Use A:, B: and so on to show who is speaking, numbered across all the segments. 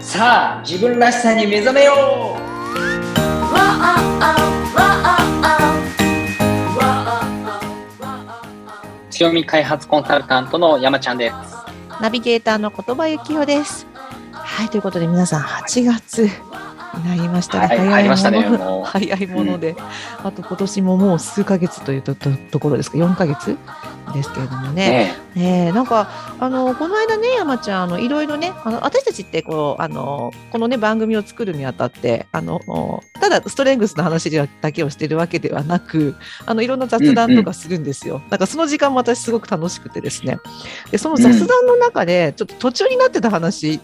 A: さあ自分らしさに目覚めよう強み開発コンサルタントの山ちゃんです
B: ナビゲーターの言葉幸雄です。はい、ということで皆さん8月になりましたね。
A: はい
B: 早
A: 入
B: い
A: りましたね
B: もの
A: もう
B: 早いもので、あと今年ももう数ヶ月というととところですか、4ヶ月ですけれどもね。
A: ね
B: ねえなんかあのこの間ね山ちゃんあのいろいろねあの私たちってこうあのこのね番組を作るにあたってあのおただストレングスの話だけをしてるわけではなくあのいろんな雑談とかするんですよ、なんかその時間も私すごく楽しくてですねでその雑談の中で、ちょっと途中になってた話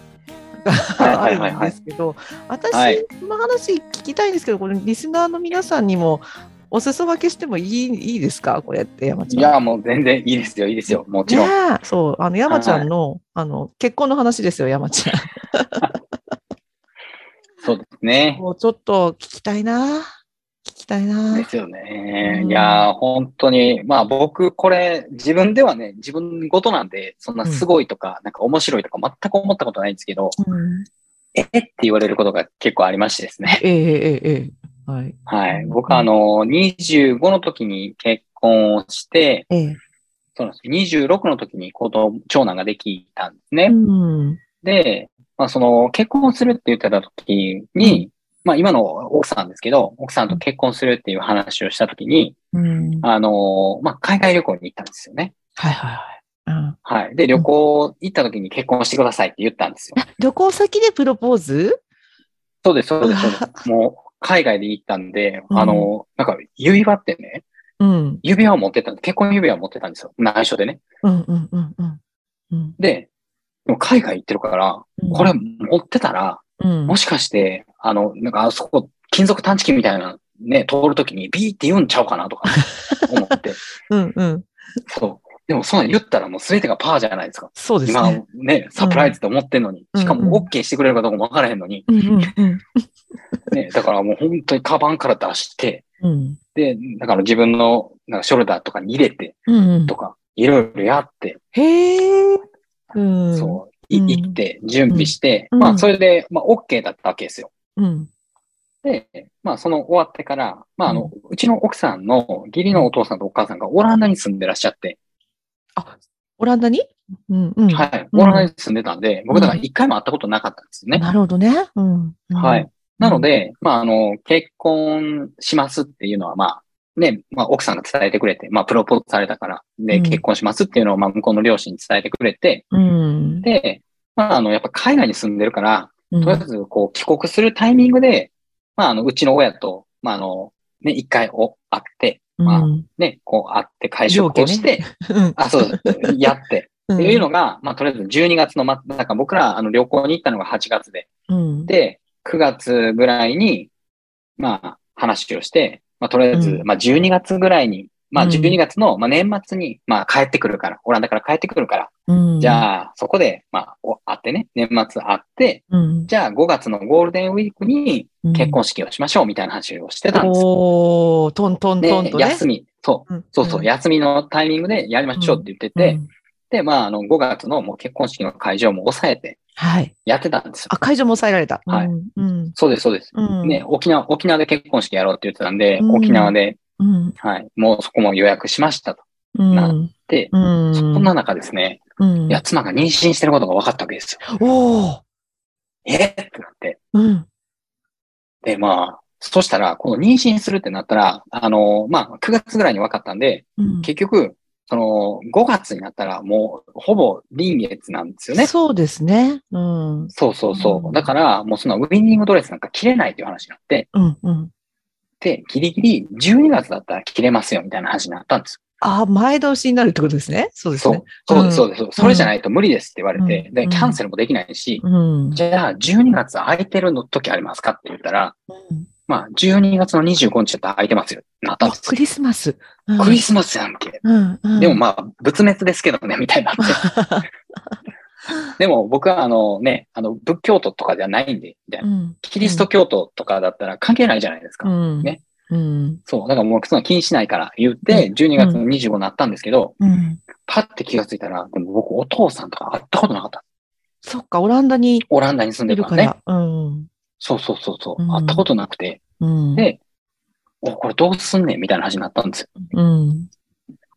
B: があ
A: はい
B: る
A: はいはい
B: んですけど私、
A: はい
B: この話聞きたいんですけどこれリスナーの皆さんにもお裾分けしてもいいいいですかこれって山ちゃん。
A: いやもう全然いいですよいいですよもちろん
B: ねえそう、あの、山ちゃんの、あの、結婚の話ですよ、山ちゃん。
A: そうですね
B: もうちょっと聞きたいな。聞きたいな
A: で。すよね。
B: うん
A: いやー、本当に、まあ僕、これ、自分ではね、自分ごとなんで、そんなすごいとか、なんか面白いとか、全く思ったことないんですけど、
B: うん、
A: えって言われることが結構ありましてですね。
B: ええええええはい。
A: はい。僕はあの、25の時に結婚をして、
B: ええ
A: そうなんです。26の時に子供、長男ができたんですね。
B: うん。
A: で、まあその、結婚するって言ってた時に、まあ今の奥さんですけど、奥さんと結婚するっていう話をした時に、
B: うん。はい
A: あの、まあ海外旅行に行ったんですよね。
B: はいはい。うん、
A: はい。で、旅行行った時に結婚してくださいって言ったんですよ。
B: 旅行先でプロポーズ
A: そうです、そうです、そうです。もう、海外で行ったんで、あの、なんか、指輪ってね、
B: うん。
A: 指輪を持ってた、結婚指輪を持ってたんですよ。内緒でね。
B: うんうんうんうんうん。
A: で、でも海外行ってるから、
B: うん
A: これ、持ってたら、
B: うん、
A: もしかして、あの、なんかあそこ、金属探知機みたいな、ね、通るときにビーって言うんちゃうかなと か思って。
B: うんうん。
A: そう。でもそんなん言ったらもう全てがパーじゃないですか。
B: そうです
A: 今
B: ね。
A: ね、サプライズって思ってんのに、
B: うん
A: しか
B: うん
A: も OK してくれるかどうかもわからへんのに、
B: うんうんうん
A: ね、だからもう本当にカバンから出して、
B: うん。
A: で、だから自分のなんかショルダーとかに入れて
B: うんうん
A: と。か、いろいろやって、
B: へえ。うん。
A: そう、い
B: うん
A: 行って、準備して、
B: うん
A: ま
B: うん
A: あそれで、まあ OK だったわけですよ。
B: う。うん。
A: で、まあその終わってから、まああの、うちの奥さんの義理のお父さんとお母さんがオランダに住んでらっしゃって、
B: オランダにうんうん。
A: はい、
B: うん
A: オランダに住んでたんで、僕だから一回も会ったことなかったんですよね。
B: なるほどね。うん。うん
A: はい。なの、で、まあ、あの、結婚しますっていうのは、まあ、ね、まあ、奥さんが伝えてくれて、まあ、プロポーズされたから、
B: う
A: で、
B: ん
A: 結婚しますっていうのを、まあ、向こうの両親に伝えてくれて、
B: うん。
A: で、まあ、あの、やっぱ海外に住んでるから、
B: うん、
A: とりあえず、こう、帰国するタイミングで、まあ、あの、うちの親と、まあ、あの、ね、一回お会って、まあ
B: うん
A: ね、こう、会って会食をして、あ、そうです、や って、っていう、のが、まあ、とりあえず12月の末、なんか僕ら、あの、旅行に行ったのが8月で、
B: うん、
A: で、9月ぐらいに、まあ、話をして、まあ、とりあえず、
B: うん
A: まあ、12月ぐらいに、まあ、
B: うん
A: 12月の、まあ、年末に、まあ、帰ってくるから、オランダから帰ってくるから、
B: うん、
A: じ
B: あ、
A: ゃあ、そこで、まあ、お会ってね、年末会って、
B: うん、
A: じゃあ、5月のゴールデンウィークに結婚
B: し
A: 式をしましょう、みたいな話をして
B: て
A: たんですよ。
B: おー、トントントン
A: で、
B: とね。
A: 休み、そう、
B: うん
A: そうそう、休みのタイミングでやりましょうって言ってて、、
B: うん
A: で、まあ、あの、5月のもう結婚式の会場も抑えて
B: はい。
A: やってたんですよ。
B: あ、会場も抑えられた。
A: はい
B: うん。うん
A: そうです、そうです。
B: うん、
A: ね、沖縄、沖縄で結婚式やろうって言ってたんで、
B: うん
A: 沖縄で、
B: うん。
A: はい、もうそこも予約しましたと。
B: うん。
A: なで、
B: うん。
A: そんな中ですね、
B: うん、
A: いや、妻が妊娠してることが分かったわけですよ。
B: おー、
A: えーってなって。
B: うん。
A: で、まあ、そしたら、この妊娠するってなったら、あの、まあ、9月ぐらいに分かったんで、
B: うん
A: 結局、その、5月になったら、もう、ほぼ臨月なんですよね。
B: そうですね。うん。うん
A: そうそうそうう。
B: ん
A: だから、もうそのウィニングドレスなんか着れないっていう話になって、
B: うん。
A: で、ギリギリ12月だったら着れますよみたいな話になったんですよ
B: あ、前倒しになるってことですね。そうです
A: そう。。
B: ね
A: そう
B: う
A: で
B: ん
A: す、そうです。それじゃないと無理ですって言われて
B: う、んう
A: で、
B: ん
A: キャンセルもできないし、
B: うん。
A: じゃあ、12月空いてるの時ありますかって言ったら、
B: うん
A: まあ、12月の25日だったら空いてますよ。なったん
B: あ
A: です
B: ク
A: よ。
B: リスマス。うん
A: クリスマスやんけ。
B: うん。うん
A: でも、まあ、仏滅ですけどね、みたいになって。でも僕はあのね、あの、仏教徒とかじゃないんで、みたいな。
B: うん
A: キリスト教徒とかだったら関係ないじゃないですか。
B: うん
A: ね。
B: うん。
A: そう。だからもうそんな気にしないから言って、12月の25になったんですけど、
B: うん。
A: パッて気がついたら、でも僕お父さんとか会ったことなかった。
B: そっか、オランダに
A: オランダに住ん
B: い
A: で
B: る
A: た
B: か
A: からね。
B: ら。うん。
A: そうそうそうそうう。
B: ん
A: 会ったことなくて。
B: うん。
A: で、お、これどうすんねんみたいな話になったんですよ。
B: うん。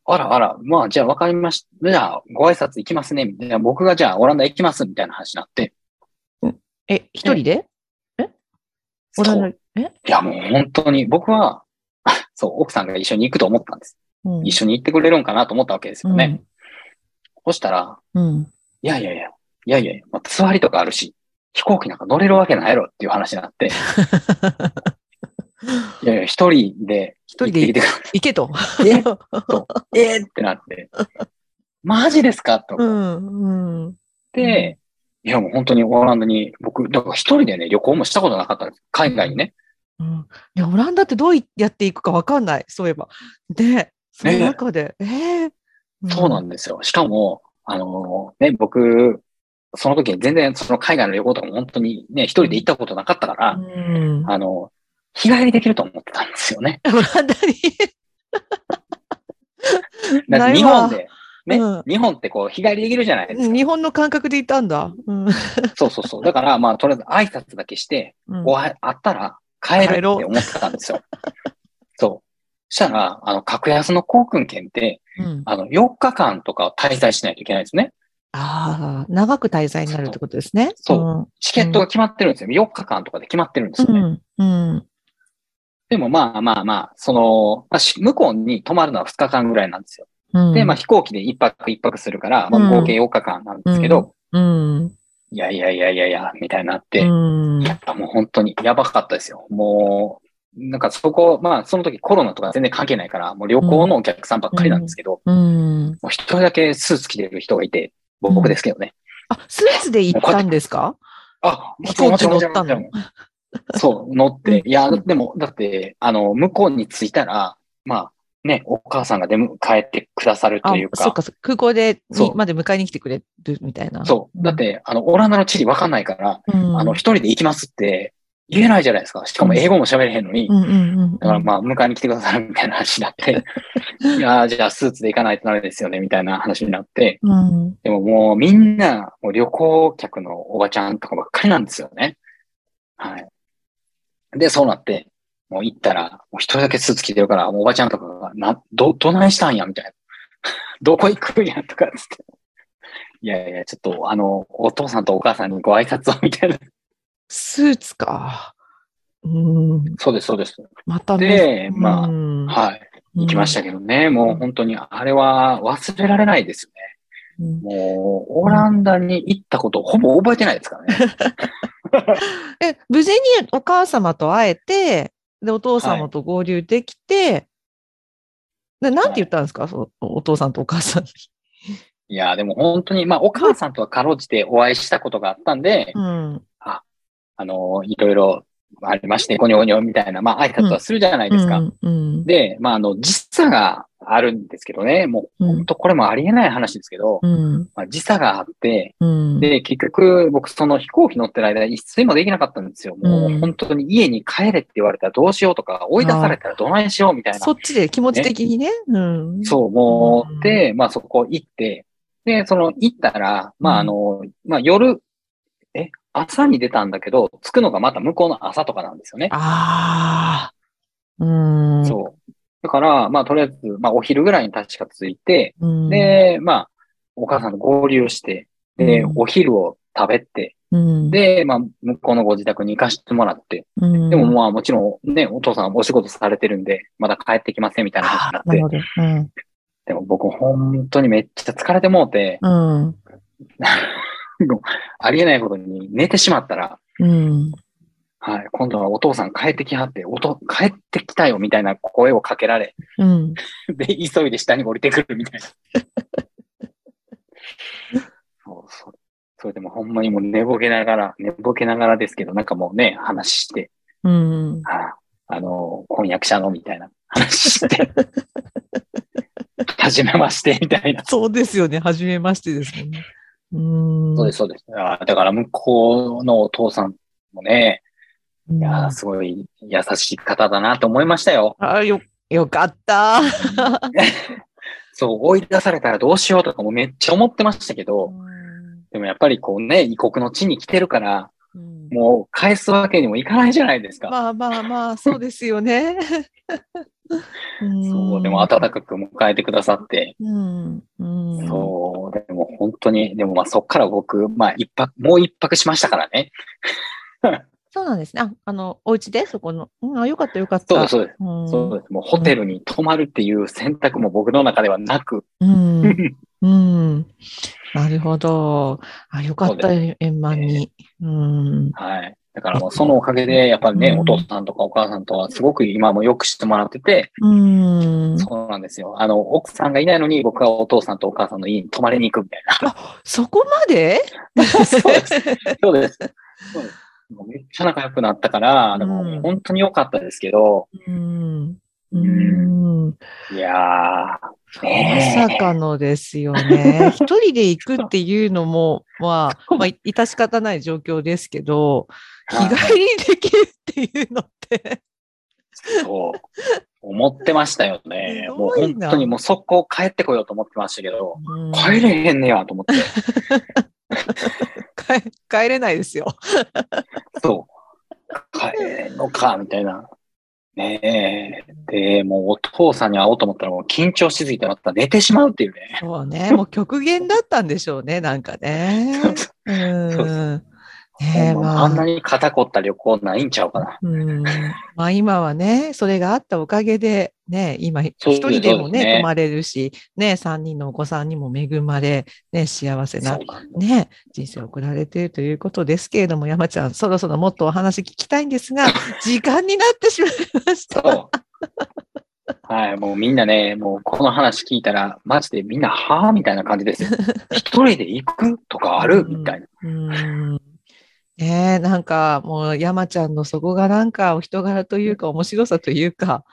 A: あらあら、まあじゃあわかりました。じゃあご挨拶行きますね。みたいな僕がじゃあオランダ行きますみたいな話になって。
B: え、一人でオランダ
A: そうい、
B: え
A: やもう本当に僕は、 あそう、奥さんが一緒に行くと思ったんです。
B: うん
A: 一緒に行ってくれるんかなと思ったわけですよね。そしたら、
B: うん。うん。
A: いやいやいや、いやいやいや、まあ、座りとかあるし、飛行機なんか乗れるわけないやろっていう話にな って、いやいや、一人で
B: 一
A: 行っ
B: 人
A: てきて
B: で
A: く
B: 行けと。
A: れええーってなって、マジですかと
B: う
A: 思っ
B: ん。うん。
A: て、いやもう本当にオランダに、僕、だから一人でね、旅行もしたことなかったんです。海外にね。
B: うん、いやオランダってどういやっていくかわかんない、そういえば。で、その
A: ね
B: 中で、ええ
A: そうなんですよ。しかも、あのね、僕、その時に全然その海外の旅行とかも本当にね、一人で行ったことなかったか
B: だ
A: ら、
B: うん、 オ
A: あの、日帰りできると思ってたんですよね。
B: ランダに。
A: だって日本で、ね、
B: うん
A: 日本ってこう、日帰りできるじゃないです か。
B: 日本の感覚でいたんだ。うん、
A: そうそうそう。だから、まあ、とりあえず挨拶だけして、
B: うん
A: お会会ったら帰る
B: 帰
A: って
B: ろう
A: 思ってたんですよ。 そう。したら、あの、格安の航空券って、
B: うん
A: あの、4日間とか滞在しないといけないんですね。
B: ああ、長く滞在になるってことですね。
A: そチケットが決まってるんですよ。4日間とかで決まってるんです
B: う
A: よ
B: ん。
A: ね。
B: うん。うん。
A: でも、まあまあまあ、その、まあし向こうに泊まるのは2日間ぐらいなんですよ。
B: うん。
A: で、まあ、飛行機で1泊1泊するから、まあ、合計4日間なんですけど、
B: うん。
A: いやいやいやいやいや、みたいになって、
B: うん。
A: やっぱもう本当にやばかったですよ。もう、なんかそこ、まあその時コロナとか全然関係ないから、もう旅行のお客さんばっかりなんですけど、
B: うん。
A: もう一人だけスーツ着てる人がいて、僕ですけどね。
B: あ、スーツで行ったんですか
A: あ、
B: 飛行機乗った
A: もちろ
B: の
A: んもちろんもちろんそう、乗って。
B: うん
A: いや、でも、だって、あの、向こうに着いたら、まあね、お母さんが出迎えてくださる
B: あ
A: という、
B: そっ
A: か、
B: か、そっか空港で
A: そ
B: に
A: う
B: まで迎えに来てくれるみたいな。
A: そう、だって、あの、オランダの地理わかんないから、
B: うん、
A: あの、一人で行きますって言えないじゃないですか。しかも英語も喋れへんのに
B: う、んうんうん。
A: だからまあ、迎えに来てくださるみたいな話になって、 いやーじゃあスーツで行かないとダメですよね、みたいな話になって、
B: うん。
A: でももうみんな、もう旅行客のおばちゃんとかばっかりなんですよね。はい。で、そうなって、もう行ったら、もう一人だけスーツ着てるから、もうおばちゃんとかが、な、ど、どないしたんや、みたいな。 どこ行くんや、とかっつって。いやいや、ちょっと、あの、お父さんとお母さんにご挨拶を、みたいな。
B: スーツか。うん。
A: そうです、そうです。
B: また
A: でまあ
B: うん
A: はい。行きましたけどね、もう本当にあれは忘れられないですよね。
B: うん
A: もう、オランダに行ったことほぼ覚えてないですからね。
B: え、無事にお母様と会えて、で、お父様と合流できて、でなんて言ったんですか、そのお父さんとお母さんに。
A: いや、でも本当に、まあ、お母さんとはかろうじてお会いしたことがあったんで、
B: うん。
A: あの、いろいろありまして、ごにょごにょみたいな、まあ、挨拶はするじゃないですか。
B: うんうん。
A: で、まあ、あの、時差があるんですけどね、もう、
B: うん
A: 本当これもありえない話ですけど、
B: うん。
A: まあ、時差があって、
B: うん。
A: で、結局、僕、その飛行機乗ってる間、一睡もできなかったんですよ。も
B: うん
A: う、本当に家に帰れって言われたらどうしようとか、追い出されたらどないしようみたいな。
B: そっちで気持ち的にね。うん。
A: そう、も
B: うん
A: う、で、まあそこ行って、で、その行ったら、まああの、まあ夜、え、朝に出たんだけど、着くのがまた向こうの朝とかなんですよね。
B: ああ。うん。
A: そう。だから、まあとりあえず、まあお昼ぐらいに確か着いて、
B: うん。
A: で、まあ、お母さんと合流して、で
B: うん、
A: お昼を食べて、
B: うん、
A: で、まあ、向こうのご自宅に行かせてもらって、
B: うん、
A: でもまあもちろんね、お父さんお仕事されてるんで、まだ帰ってきませんみたいな話にな
B: あーなる
A: って、
B: ほど。うん。
A: でも僕本当にめっちゃ疲れてもうて、
B: うん。
A: ありえないことに寝てしまったら、
B: うん。
A: はい、今度はお父さん帰ってきはって、おと帰ってきたよみたいな声をかけられ、
B: うん。
A: で、急いで下に降りてくるみたいな。 そうそう。それでもほんまにもう寝ぼけながら、寝ぼけながらですけど、なんかもうね、話して、
B: うん。
A: ああの、婚約者のみたいな話 して、はじめましてみたいな。
B: そうですよね。はじめましてですもんね。うーん。
A: そうです、そうです。あーだから向こうのお父さんもね、
B: うん。
A: いやーすごい優しい方だなと思いました よ。
B: あよ、よかった。
A: そう、追い出されたらどうしようとかもめっちゃ思ってましたけど、
B: う
A: でもやっぱりこうね、異国の地に来てるから、
B: うん
A: もう返すわけにもいかないじゃないですか。
B: まあまあまあ、そうです よね。
A: そう、でも
B: た
A: 温かく迎えてくださって、
B: うん。うん。
A: そう、でも本当に、でもまあそっから僕、まあ一泊、もう一泊しましたからね。
B: そうなんですね。あ、あの、お家で、そこの。うん、あ、よかった、よかった。
A: そうです、そうです。
B: うん
A: そうです。もうホテルに泊まるっていう選択も僕の中ではなく、
B: うん。うん。なるほど。あ、よかっ
A: そ
B: た、円満に。うん。
A: はい。だからもうそのおかげで、やっぱりね、
B: うん
A: お父さんとかお母さんとはすごく今もよくしてもらってて、
B: うん。
A: そうなんですよ。あの、奥さんがいないのに僕はお父さんとお母さんの家に泊まりに行くみたいな。
B: そこまで
A: そうです。そうです。そうですもうめっちゃ仲良くなったから、でも本当に良かったですけど、
B: うん。うん。
A: いやー、
B: ま
A: ね
B: さ
A: え
B: かのですよね。一人で行くっていうのも、まあ、まあ、致し方ない状況ですけど、日
A: はい
B: 帰りできるっていうのって、
A: そう。思ってましたよね。
B: す
A: もう
B: ごい
A: 本
B: な
A: 当にもう速攻帰ってこようと思ってましたけど、
B: うん
A: 帰れへんねやと思って。
B: 帰帰れないですよ。
A: そう。帰れんのか、みたいな。ねえ。で、もうお父さんに会おうと思ったらもう緊張しすぎてまた寝てしまうっていうね。
B: そうね、もう極限だったんでしょうね、なんかね。
A: そう
B: うん。ねえ、
A: ほんま
B: まあ。
A: あんなに肩こった旅行ないんちゃうかな。
B: うん。まあ今はね、それがあったおかげで、ね、今、一
A: そうです
B: 人でも
A: そうですね
B: ね、泊まれるし、ね、三人のお子さんにも恵まれ、ね、幸せな
A: そうなんです
B: ね、人生を送られているということですけれども、山ちゃん、そろそろもっとお話聞きたいんですが、時間になってしまいまし
A: そ
B: た。
A: う。はい、もうみんなね、もうこの話聞いたら、マジでみんな、はぁみたいな感じですよ。一人で行くとかあるみたいな。
B: うんねえ、なんかもう山ちゃんのそこがなんかお人柄というか面白さというか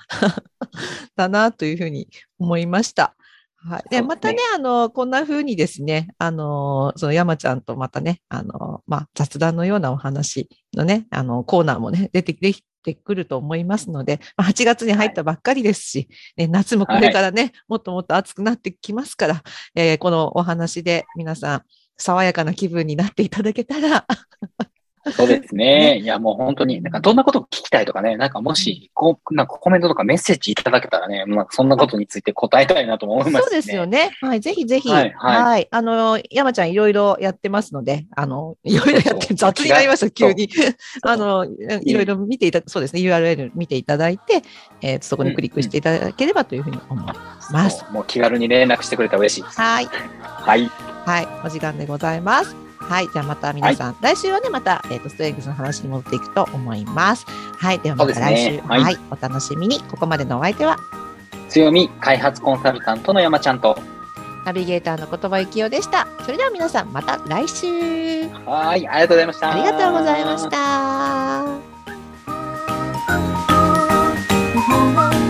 B: だなというふうに思いました。はい、
A: そうで
B: で
A: すね
B: またねあのこんな風にですねあのその山ちゃんとまたねあの、まあ、雑談のようなお話のねあのコーナーもね出 てできてくると思いますので、まあ、8月に入ったばっかりですし、ね、夏もこれからね、もっともっと暑くなってきますから、えーこのお話で皆さん爽やかな気分になっていただけたら、
A: そうですね。いや、もう本当に、なんかどんなことを聞きたいとかね、なんかもし、こう、なんかコメントとかメッセージいただけたらね、まあ、そんなことについて答えたいなとも思います、ね。
B: そうですよね。はい、ぜひぜひ、
A: は
B: はいい、
A: はい
B: あの、山ちゃんいろいろやってますので、あの、いろいろやっ
A: そう
B: て、雑になりました、急に。
A: う
B: あの、いろいろ見ていた、そうですね、URL 見ていただいて、えーそこにクリックしていただければというふうに思います。
A: そうもう気軽に連絡してくれたら嬉しいです。
B: はい、
A: はい。
B: はい、お時間でございます。はい、じゃあまた皆さん、来週はね、また、えっ、と、ストレングスの話に戻っていくと思います。はい、ではまた来
A: そう
B: 週、
A: ですねは
B: はいい、お楽しみに。ここまでのお相手は、
A: 強み開発コンサルタントの山ちゃんと、
B: ナビゲーターの言葉幸男でした。それでは皆さん、また来週。
A: はい、ありがとうございました。
B: ありがとうございました。